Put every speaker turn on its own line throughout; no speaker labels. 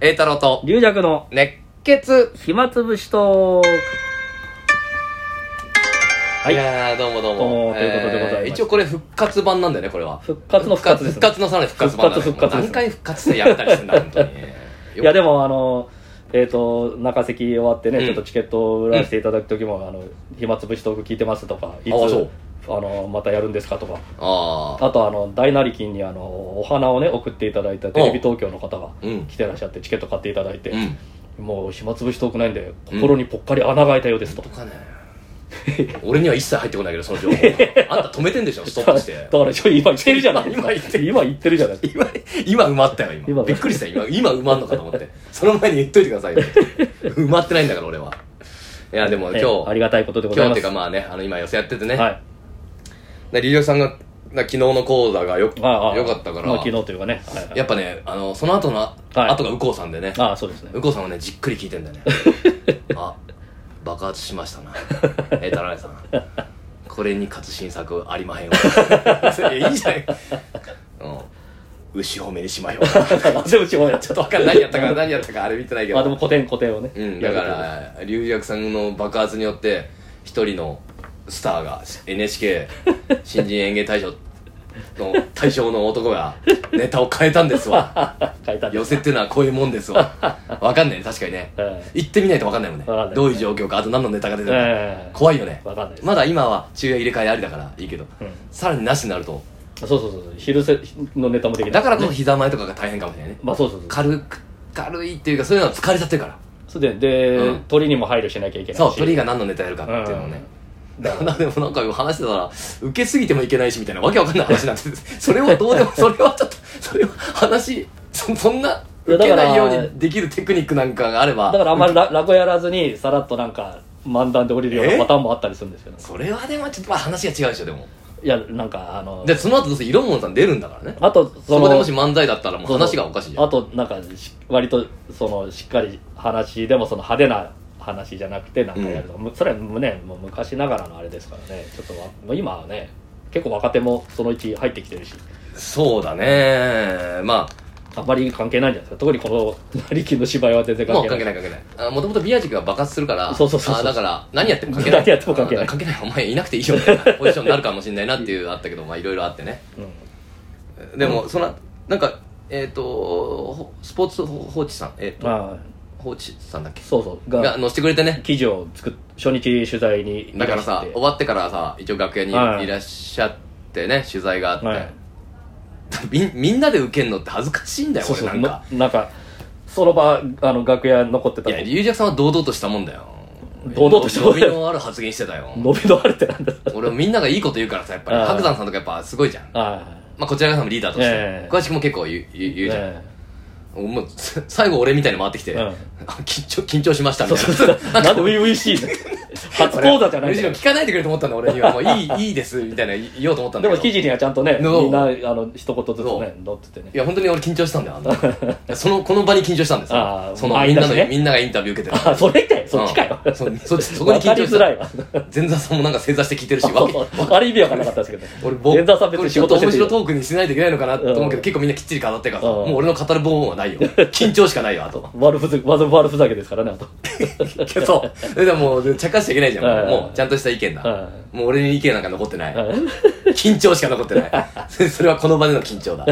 栄太郎と
龍尺の
熱血
暇つぶしトークはいい
やーどうもどうも
どうもということでございます
えー一応これ復活版なんだよねこれは
復活の復活です
復活のさらに復活版だね
復活復活です
何回復活してやったりするんだ本当に
いやで
も
もあのえっ、と中席終わってね、
うん
ちょっとチケットを売らせていただく時も、あの暇つぶしトーク聞いてますとかいつ
あそう
あのまたやるんですかとか
ああ
あとあの大成金にあのお花をね送っていただいたテレビ東京の方が
うん
来てらっしゃってチケット買っていただいて
う、ん
もう暇つぶしトークないんで
うん
心にぽっかり穴が開いたようですと、
とかね俺には一切入ってこないけどその 情報あんた止めてんでしょストップして
だからちょ今言ってるじゃないですか
今言ってる
今言ってるじゃないですか
今今埋まったよ今
今
びっくりしたよ今今埋まんのかと思ってその前に言っといてくだ さいよ埋まってないんだから俺はいやでも今日、
ええありがたいことでござ
今
い
日って
ます
いうかまあねあの今寄せやっててね、
はい
でリリオさんがな昨日の講座がよ
まあああ
よかったから、
まあ、昨日というかね、はいはい
やっぱねあのその後の、
はい
後が右近さんでね
ああそうですね
右近さんはねじっくり聞いてんだよ ねあ爆発しましたなえー、田辺さんこれに勝つ新作ありまへんわそれいい じゃない、うん、牛褒めにしまようか
なぜうちもやっ
ちょっとわかんない何やったか何やったかあれ見てないけど、
まあでも古典古典をね、
うん、だから龍薬さんの爆発によって一人のスターが NHK 新人演芸大賞の大賞の男がネタを変えたんです わ
書いたんで
寄
す
せってのはこういうもんですわわかんないね確かにね
え
行ってみないとわかんないもんね
わかんない
どういう状況かあと何のネタが出て
え
るか、
え
怖いよね
えわかんないです、
まだ今は昼夜入れ替えありだからいいけど、
うん
さらになしになると
そうそうそう昼せのネタもできない
だからこそ膝前とかが大変かもしれないね
まあそうそうそう
軽く軽いっていうかそういうのは疲れちゃってるから
そうでで、
うん
鳥にも配慮しなきゃいけないし
そう鳥が何のネタやるかっていうのをね、だから でもなんか話してたら受けすぎてもいけないしみたいなわけわかんない話になっててそれはどう でもそれはちょっとそれは話そそんない
や
受
だ
け
から
ないようにできるテクニックなんかがあれば
だからあんまりら落語やらずにさらっとなんか漫談で降りるよう
え
なパターンもあったりするんですよ、ね、
それはでもちょっとまあ話が違うでしょでも
いやなんかあの
でその後どうせ色物さん出るんだからね
あと
そ
その
こでもし漫才だったらもう
そう
話がおかしいじゃん
あとなんかし割とそのしっかり話でもその派手な話じゃなくてなんかやると、むそれはむねもう昔ながらのあれですからねちょっとわもう今はね結構若手もそのうち入ってきてるし
そうだねま
あんまり関係ないんじゃないですか特にこの成金の芝居は全然
あも
関
う
係な
関
い
係ない関係ないあもともとビアジクが爆発するから
そうそうそうそう
あだから何やっても関係ない
何やっても関係ない
あ関係ないお前いなくていいよみたいな ポジションになるかもしれないなっていうあったけどまあいろいろあってね
うん
でも、そのなんかえっ、とほスポーツ放置さんえっ、と
まあ
放置さんだっけ
そうそう
が
が
載せてくれてね
記事を作っ初日取材にい
だからら
して
さ終わってからさ一応楽屋に
はい
いらっしゃってね取材があって、
はい
みみんなで受けんのって恥ずかしいんだよ
そうそう
俺なんか
のなんかその場あの楽屋残って
い
たの
や龍尺さんは堂々としたもんだよ
堂々とした
伸びのある発言してたよ
伸びのあるってなんだ
俺はみんながいいこと言うからさやっぱり
はい
白山さんとかやっぱすごいじゃん
あ
まあこちら側さんもリーダーとして、
ええ
詳しくも結構言う言う言うじゃん、
え
もうさ最後俺みたいに回ってきて、
うん
あ緊張緊張しました
え
み
そう
たい
そ う
な
そうなんで初々しいの初講座じゃない
むしろ
で
聞かないでくれと思ったんだ俺にはもういいいいですみたいな言おうと思ったんだ
で
け
も
ど
記事にはちゃんとね
そう
みんなあの一言ずつ
そう
ね載っててね
いや本当に俺緊張したんだよあの 時そのこの場に緊張したんです
あ
よ
ー
その
あ
みんな
あい
の、
いですね
みんながインタビュー受けてる
あそれかいそっちかよ
うんそそっちそこに 緊
わ
張
かり
し
づらい
た
わ
前座さんもなんか正座して聞い てるしわけ
あれ意味わかんなかったですけど
俺僕
前座さん別
これ
に
ち
仕
ょっと
事して
面
てい
白
いよ
トークにしないといけないのかなと思うけど
うん
結構みんなきっちり語ってるからさ
うん
もう俺の語る部分はないよ 緊張しかないよあと
悪ふざけわざ悪ふざけですからねあと
けどででももう茶化しちゃいけないじゃん
うん
もうちゃんとした意見
う
だ
ん
もう俺に意見なんか残ってない
うん
緊張しか残ってないそれそれはこの場での緊張だ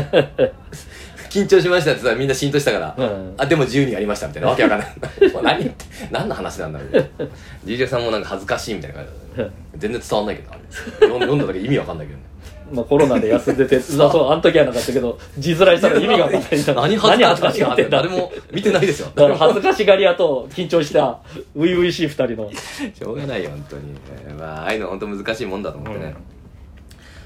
緊張しましたってさみんな浸透したから、
うん
あでも自由にやりましたみたいなわけわかんないもう何言って何の話なんだろう DJ さんもなんか恥ずかしいみたいな感じだね全然伝わんないけどあれ読ん読んだだけ意味わかんないけどね
まあコロナで休ん でて、そうそう、あの時はなかったけど、字面にしたら意味がわかんないんだ。
何 恥ずかしがってんだ
がって
よ
んだっ
誰
て。
も見てないですよ
だから恥ずかしがり屋と緊張した初々しい二人の。
しょうがないよ本当に、えーまあああいうの本当難しいもんだと思ってね、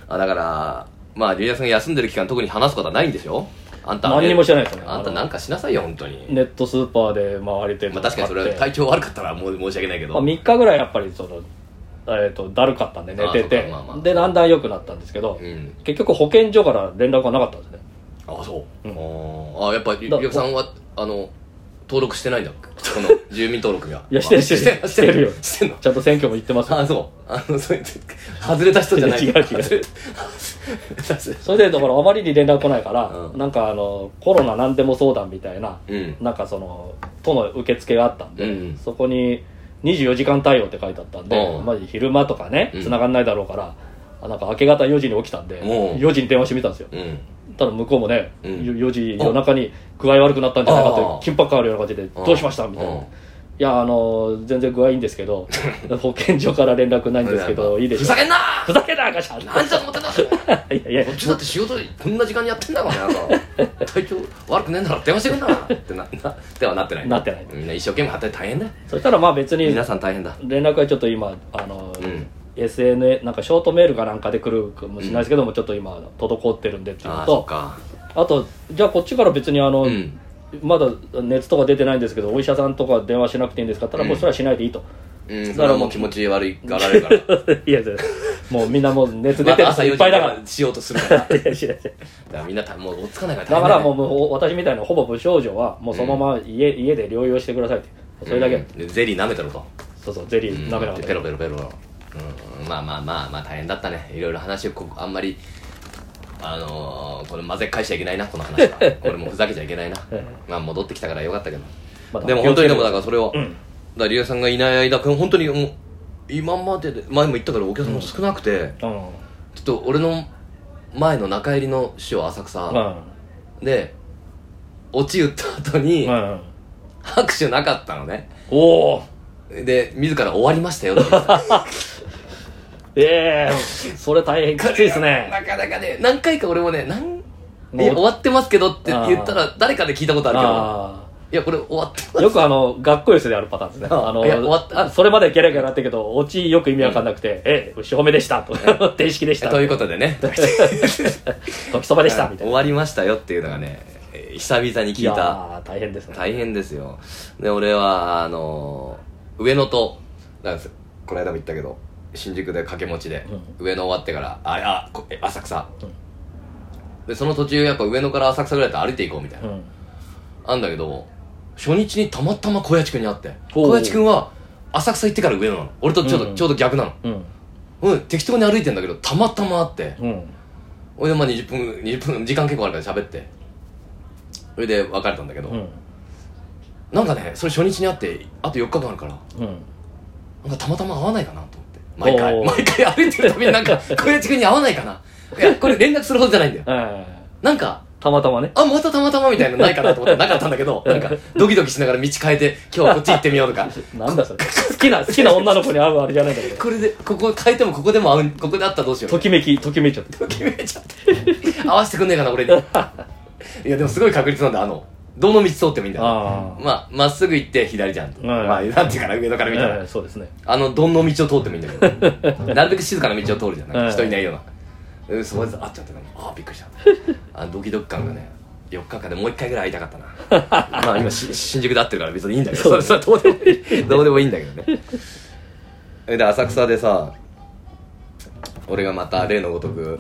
うん
あだからまあ龍也さんが休んでる期間特に話すことはないんでしょあんたあれ
何にもしてないですね
あんたなんかしなさいよ本当に、
ネットスーパーで回りて
まあ確かにそれは体調悪かったらもう申し訳ないけど、
まあ、3日ぐらいやっぱりその、えー、とだるかったんで寝て
あーそ
て、
うかまあまあ
でだんだん良くなったんですけど、
うん
結局保健所から連絡がなかったんですね
あそう、
うん
あーあやっぱり
だ
ゆきさんはあの登録してないんだこの住民登録が
いやしてるして
し
る
てるして
してるよ
るしてんの
ちゃんと選挙も行ってますよ
あそうあのそういう外れた人じゃない
違う違う
外れ外れ
それでだからあまりに連絡来ないから、
うん
なんかあのコロナ何でも相談みたいな、
うん
なんかその都の受付があったんで、
うん
そこに24時間対応って書いてあったんで、
うん
まあ、昼間とかね
うん
繋がんないだろうから、あなんか明け方4時に起きたんで、
うん
4時に電話してみたんですよ
うん
ただ向こうもね、
うん
よ4時夜中に具合悪くなったんじゃないかという緊迫感あるような感じで「
うん
どうしました?」みたいな「いやあの全然具合いいんです けど保健所から連絡ないんですけどいいで
ふ
しょ
ざ
う
けんな
ふざけんなガシャン!」
何時だと思ってんだこ
いやいや
っちだって仕事こんな時間にやってんだからねあなた体調悪くねえんだから電話してくんなってななではなってない
なってない
みんな一生懸命働いて大変だよ
そしたらまあ別に
皆さん大変だ
連絡はちょっと今あの、
うん
SNS なんかショートメールかなんかで来るかもしれないですけども、ちょっと今滞ってるんでっていう
あ
の
あそっ
と
か
あとじゃあこっちから別にあの、
うん
まだ熱とか出てないんですけどお医者さんとか電話しなくていいんですかって言ったら、もうそれはしないでいいと
うんそれはもう気持ち悪いがられるから
いやいやもうみんなもう熱出
ま
て
た
る
朝4
人い
時
っぱいだから
までしようとするからだか
いやいやいや
らみんなたもう追っつかないから
だからもう
う
もう私みたいなほぼ無症状はもうそのまま家,、家で療養してくださいってそれだけ、
けゼリー舐めてろと
そうそうゼリー舐めなかった
ペロペロペロペロうんまあまあまあまあ大変だったねいろいろ話をこあんまりあのーこれ混ぜ返しちゃいけないなこの話 はこれもうふざけちゃいけないな
え
まあ戻ってきたからよかったけど、
まだ
でも本当にでも
気を
だからそれを、だから竜也さんがいない間本当にもう今までで前も言ったからお客さんも少なくて、
つけうん、
ちょっと俺の前の中入りの師匠浅草、
う
で落ち打った後に
んうん
拍手なかったのね
おお
で自ら終わりましたよって言ってた
ええ それ大変きついですね
なかなかね何回か俺もねなん
もう
いや終わってますけどって言ったら誰かで聞いたことあるけど
あ
いやこれ終わって
あよくあの学校寄せであるパターンですね
ああ
あの
いや終わったあ
それまでギャラギャラってけどオチよく意味わかんなくて「ええ牛褒めでした」 と「定式でした」
ということで ね
時そばでした」みた
終
いな
わりましたよっていうのがねえー久々に聞いた
やー大変ですね
大変ですよで俺はあのー上野となんですこの間も言ったけど新宿で掛け持ちで、上野終わってからああこえ浅草、でその途中やっぱ上野から浅草ぐらいだと歩いていこうみたいな、
うん
あんだけど初日にたまたま小谷地君に会って
ほう
小谷地君は浅草行ってから上野なの俺とちょうど、
うん
ちょうど逆なの
うん
うん適当に歩いてんだけどたまたま会って
うん
俺でまあ20分20分時間結構あるから喋ってそれで別れたんだけど、
うん
なんかねそれ初日に会ってあと4日間あるから
うん
なんかたまたま会わないかなと思って毎回
おー
毎回歩いてるたびに なんか小谷地君に会わないかないやこれ連絡するほどじゃないんだよ
ええ
なんか
たまたまね
あまたたまたまみたいなのないかなと思ってなかったんだけどなんかドキドキしながら道変えて今日はこっち行ってみようとか
なんだそれ好きな好きな女の子に会うあれじゃないんだけど
これでここ変えてもここでも会うここで会ったらどうしよう
ときめきときめいちゃって
ときめいちゃって合わせてくんねえかな俺にいやでもすごい確率なんだあのどの道通ってもいいんだよ
ああ
まあまっすぐ行って左じゃんと、
うん
まあなんていうかな上野から見たら、
ええそうですね
あのどんの道を通ってもいいんだけ どなるべく静かな道を通るじゃんない、
うん
人いないようなうんそこで会っちゃってなんかああびっくりしたあのドキドキ感がね4日間でもう1回ぐらい会いたかった なまあ今し新宿で会ってるから別にいいんだけどそれそれはどうでもいいどうでもいいんだけどねえで浅草でさ俺がまた例のごとく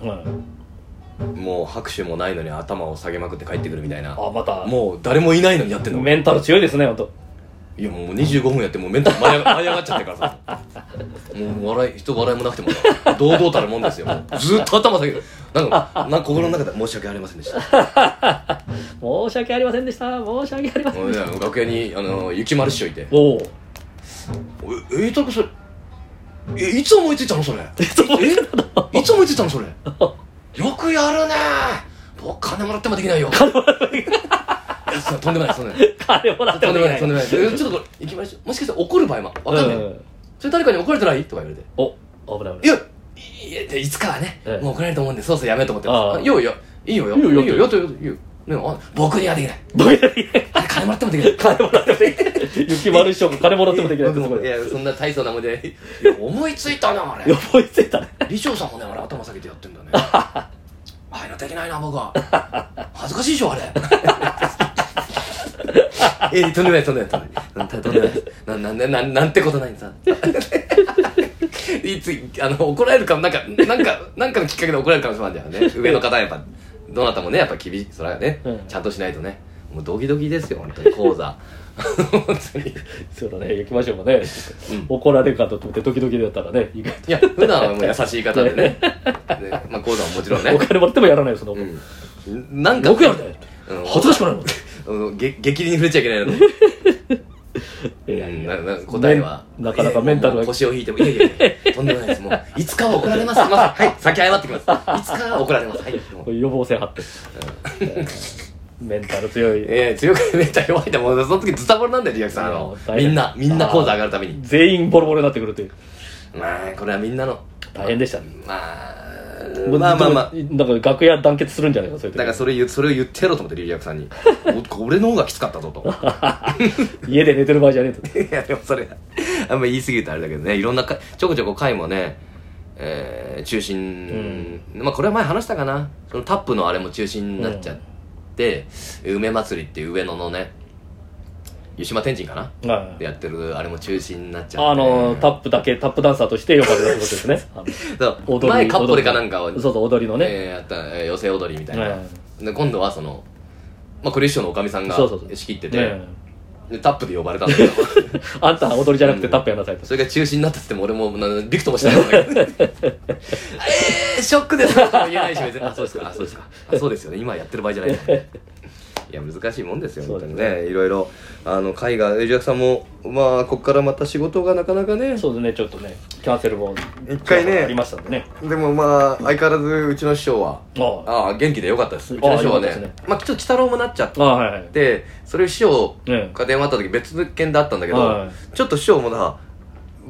うん
もう拍手もないのに頭を下げまくって帰ってくるみたいな
あまた
もう誰もいないのにやってんの
メンタル強いですね本当。
いやもう25分やってもうメンタル舞い上が舞い 上がっちゃってるからさもう笑い人笑いもなくても堂々たるもんですよもうずっと頭下げるなんかなんか心の中で申し訳ありませんでした
申し訳ありませんでした申し訳ありません
もうね楽屋にあの雪丸師匠いて
おお
「ええいたくそれえいつ思いついたのそれいつ思いついたのいつ思いついたのそれよくやるね僕金もらってもできないよ金もらってもできないとんでもないとんでもない
金もらって
とん
も
で
い
も
な
ない
い
とんでもないえちょっとこれ雪丸師匠もしかして怒る場合もわかんない、
うん
それ誰かに怒られてないとか言われて
お危ない
い
危ない
や、いや、いつかはね、
ええ
もう怒られると思うんで、そうそうやめようと思って
あ
ま
あ
す。いやいや、いいよよ、
いいよよ
いいよよ、という言う。でも、あ僕にはできない。
僕だけ
あれ金もらってもできない。
金もらってもできない雪丸師匠が金もらってもできないってとこ
い
で
や、そんな大層なもんじゃない。いや思いついたな、あれ。
思いついたね
李翔さんもね、あれ頭下げてやって んだね。ああいうのできないな、僕は。恥ずかしいでしょ、あれ。 えとんでもない、とんでもない、とんでもない。とんでもない。なん、なんで、なん、なんてことないんさ。いつ、あの、怒られるかも、なんか、なんか、なんかのきっかけで怒られるかもしれないんだよね。上の方はやっぱ、どなたもね、やっぱ厳しい、それはね
うん、
ちゃんとしないとね。もうドキドキですよ本当に講座 本当に
そうだね行きましょうかね、怒られるかと思ってドキドキだったらね意外と
いや普段はもう優しい言い方 でねで、まあ、講座ももちろんね
お、金もらってもやらないよその、
うん、なんか
僕やで、
うん
恥ずかしくないもん
うんげ激励に触れちゃいけないの
いやいや
うんなな答えは
めんなかなかメンタ
い
ル
やもう
が
もう腰を引いてもいやいやいやとんでもないですもういつかは怒られますすいませんはい先謝ってきますいつかは怒られますはいもう
予防線張って、えーメンタル強い
ええ強くめっちゃ弱いってもうその時ズタボロなんだよリアクさんあの
いや大
み
変
んなみんな講座上がるために
全員ボロボロになってくるという
まあこれはみんなの
大変でしたね
まあまあまあまあ
なんか楽屋団結するんじゃないかそういう時
だからそれ言うそれを言ってやろうと思ってリリアクさんにお俺の方がきつかったぞと
家で寝てる場合じゃねえ と
いやでもそれあんま言い過ぎるとあれだけどねいろんなかちょこちょこ回もね、えー中心、まあこれは前話したかなそのタップのあれも中心になっちゃって、梅祭りっていう上野のね湯島天神かな
はい
でやってるあれも中止になっちゃって
あのタップだけタップダンサーとして呼ばれたってことですねあの
そう
踊 り
前カップルかなんかを、
踊りそうそう踊りのね、
えーやったえー寄せ踊りみたいな、
は
で今度はその、まあ、クリスチョンのおかみさんが
そうそうそう
仕切ってて
ね
でタップで呼ばれたんだけど
えあんた踊りじゃなくてタップやなさいと、
それが中止になったっつっても俺もなびくともしないんだけど えー、ショックですとも言えないし別にあそうですかあそうですかあそうですよね今やってる場合じゃないいや難しいもんですよ
そう
本
で
当
す
に
ね
ねいろいろあの海外エジアクさんもまあここからまた仕事がなかなかね
そうですねちょっとねキャンセルも
一回ね
ありましたんでね
でもまあ相変わらずうちの師匠は
ああ
ああ元気でよかったですうち
ああ
の師匠は
よか
ね
ったです
まあちょっと鬼太郎もなっちゃっ
ああはいはい
てそれを師匠
ええ
が電話あった時別物件であったんだけど、
は
ちょっと師匠もな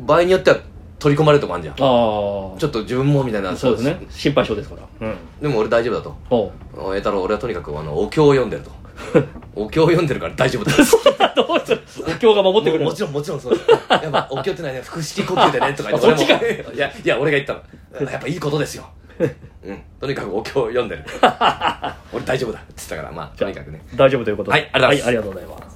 場合によっては取り込まれるとこあるじゃんちょ
ああ
っと自分もみたいな
そうですね心配性ですからうん
でも俺大丈夫だと
おう
栄太郎俺はとにかくあのお経を読んでるとお経を読んでるから大丈夫だと
どうするお経が守ってくれる
ももちろんもちろんそうですやっぱお経ってのはね腹式呼吸でねとか言って
あそっちか
俺もいやいや俺が言ったのやっぱいいこと ですようんとにかくお経を読んでる俺大丈夫だっつったからまあとにかくね
大丈夫ということで
はいありがとうございます
ありがとうございます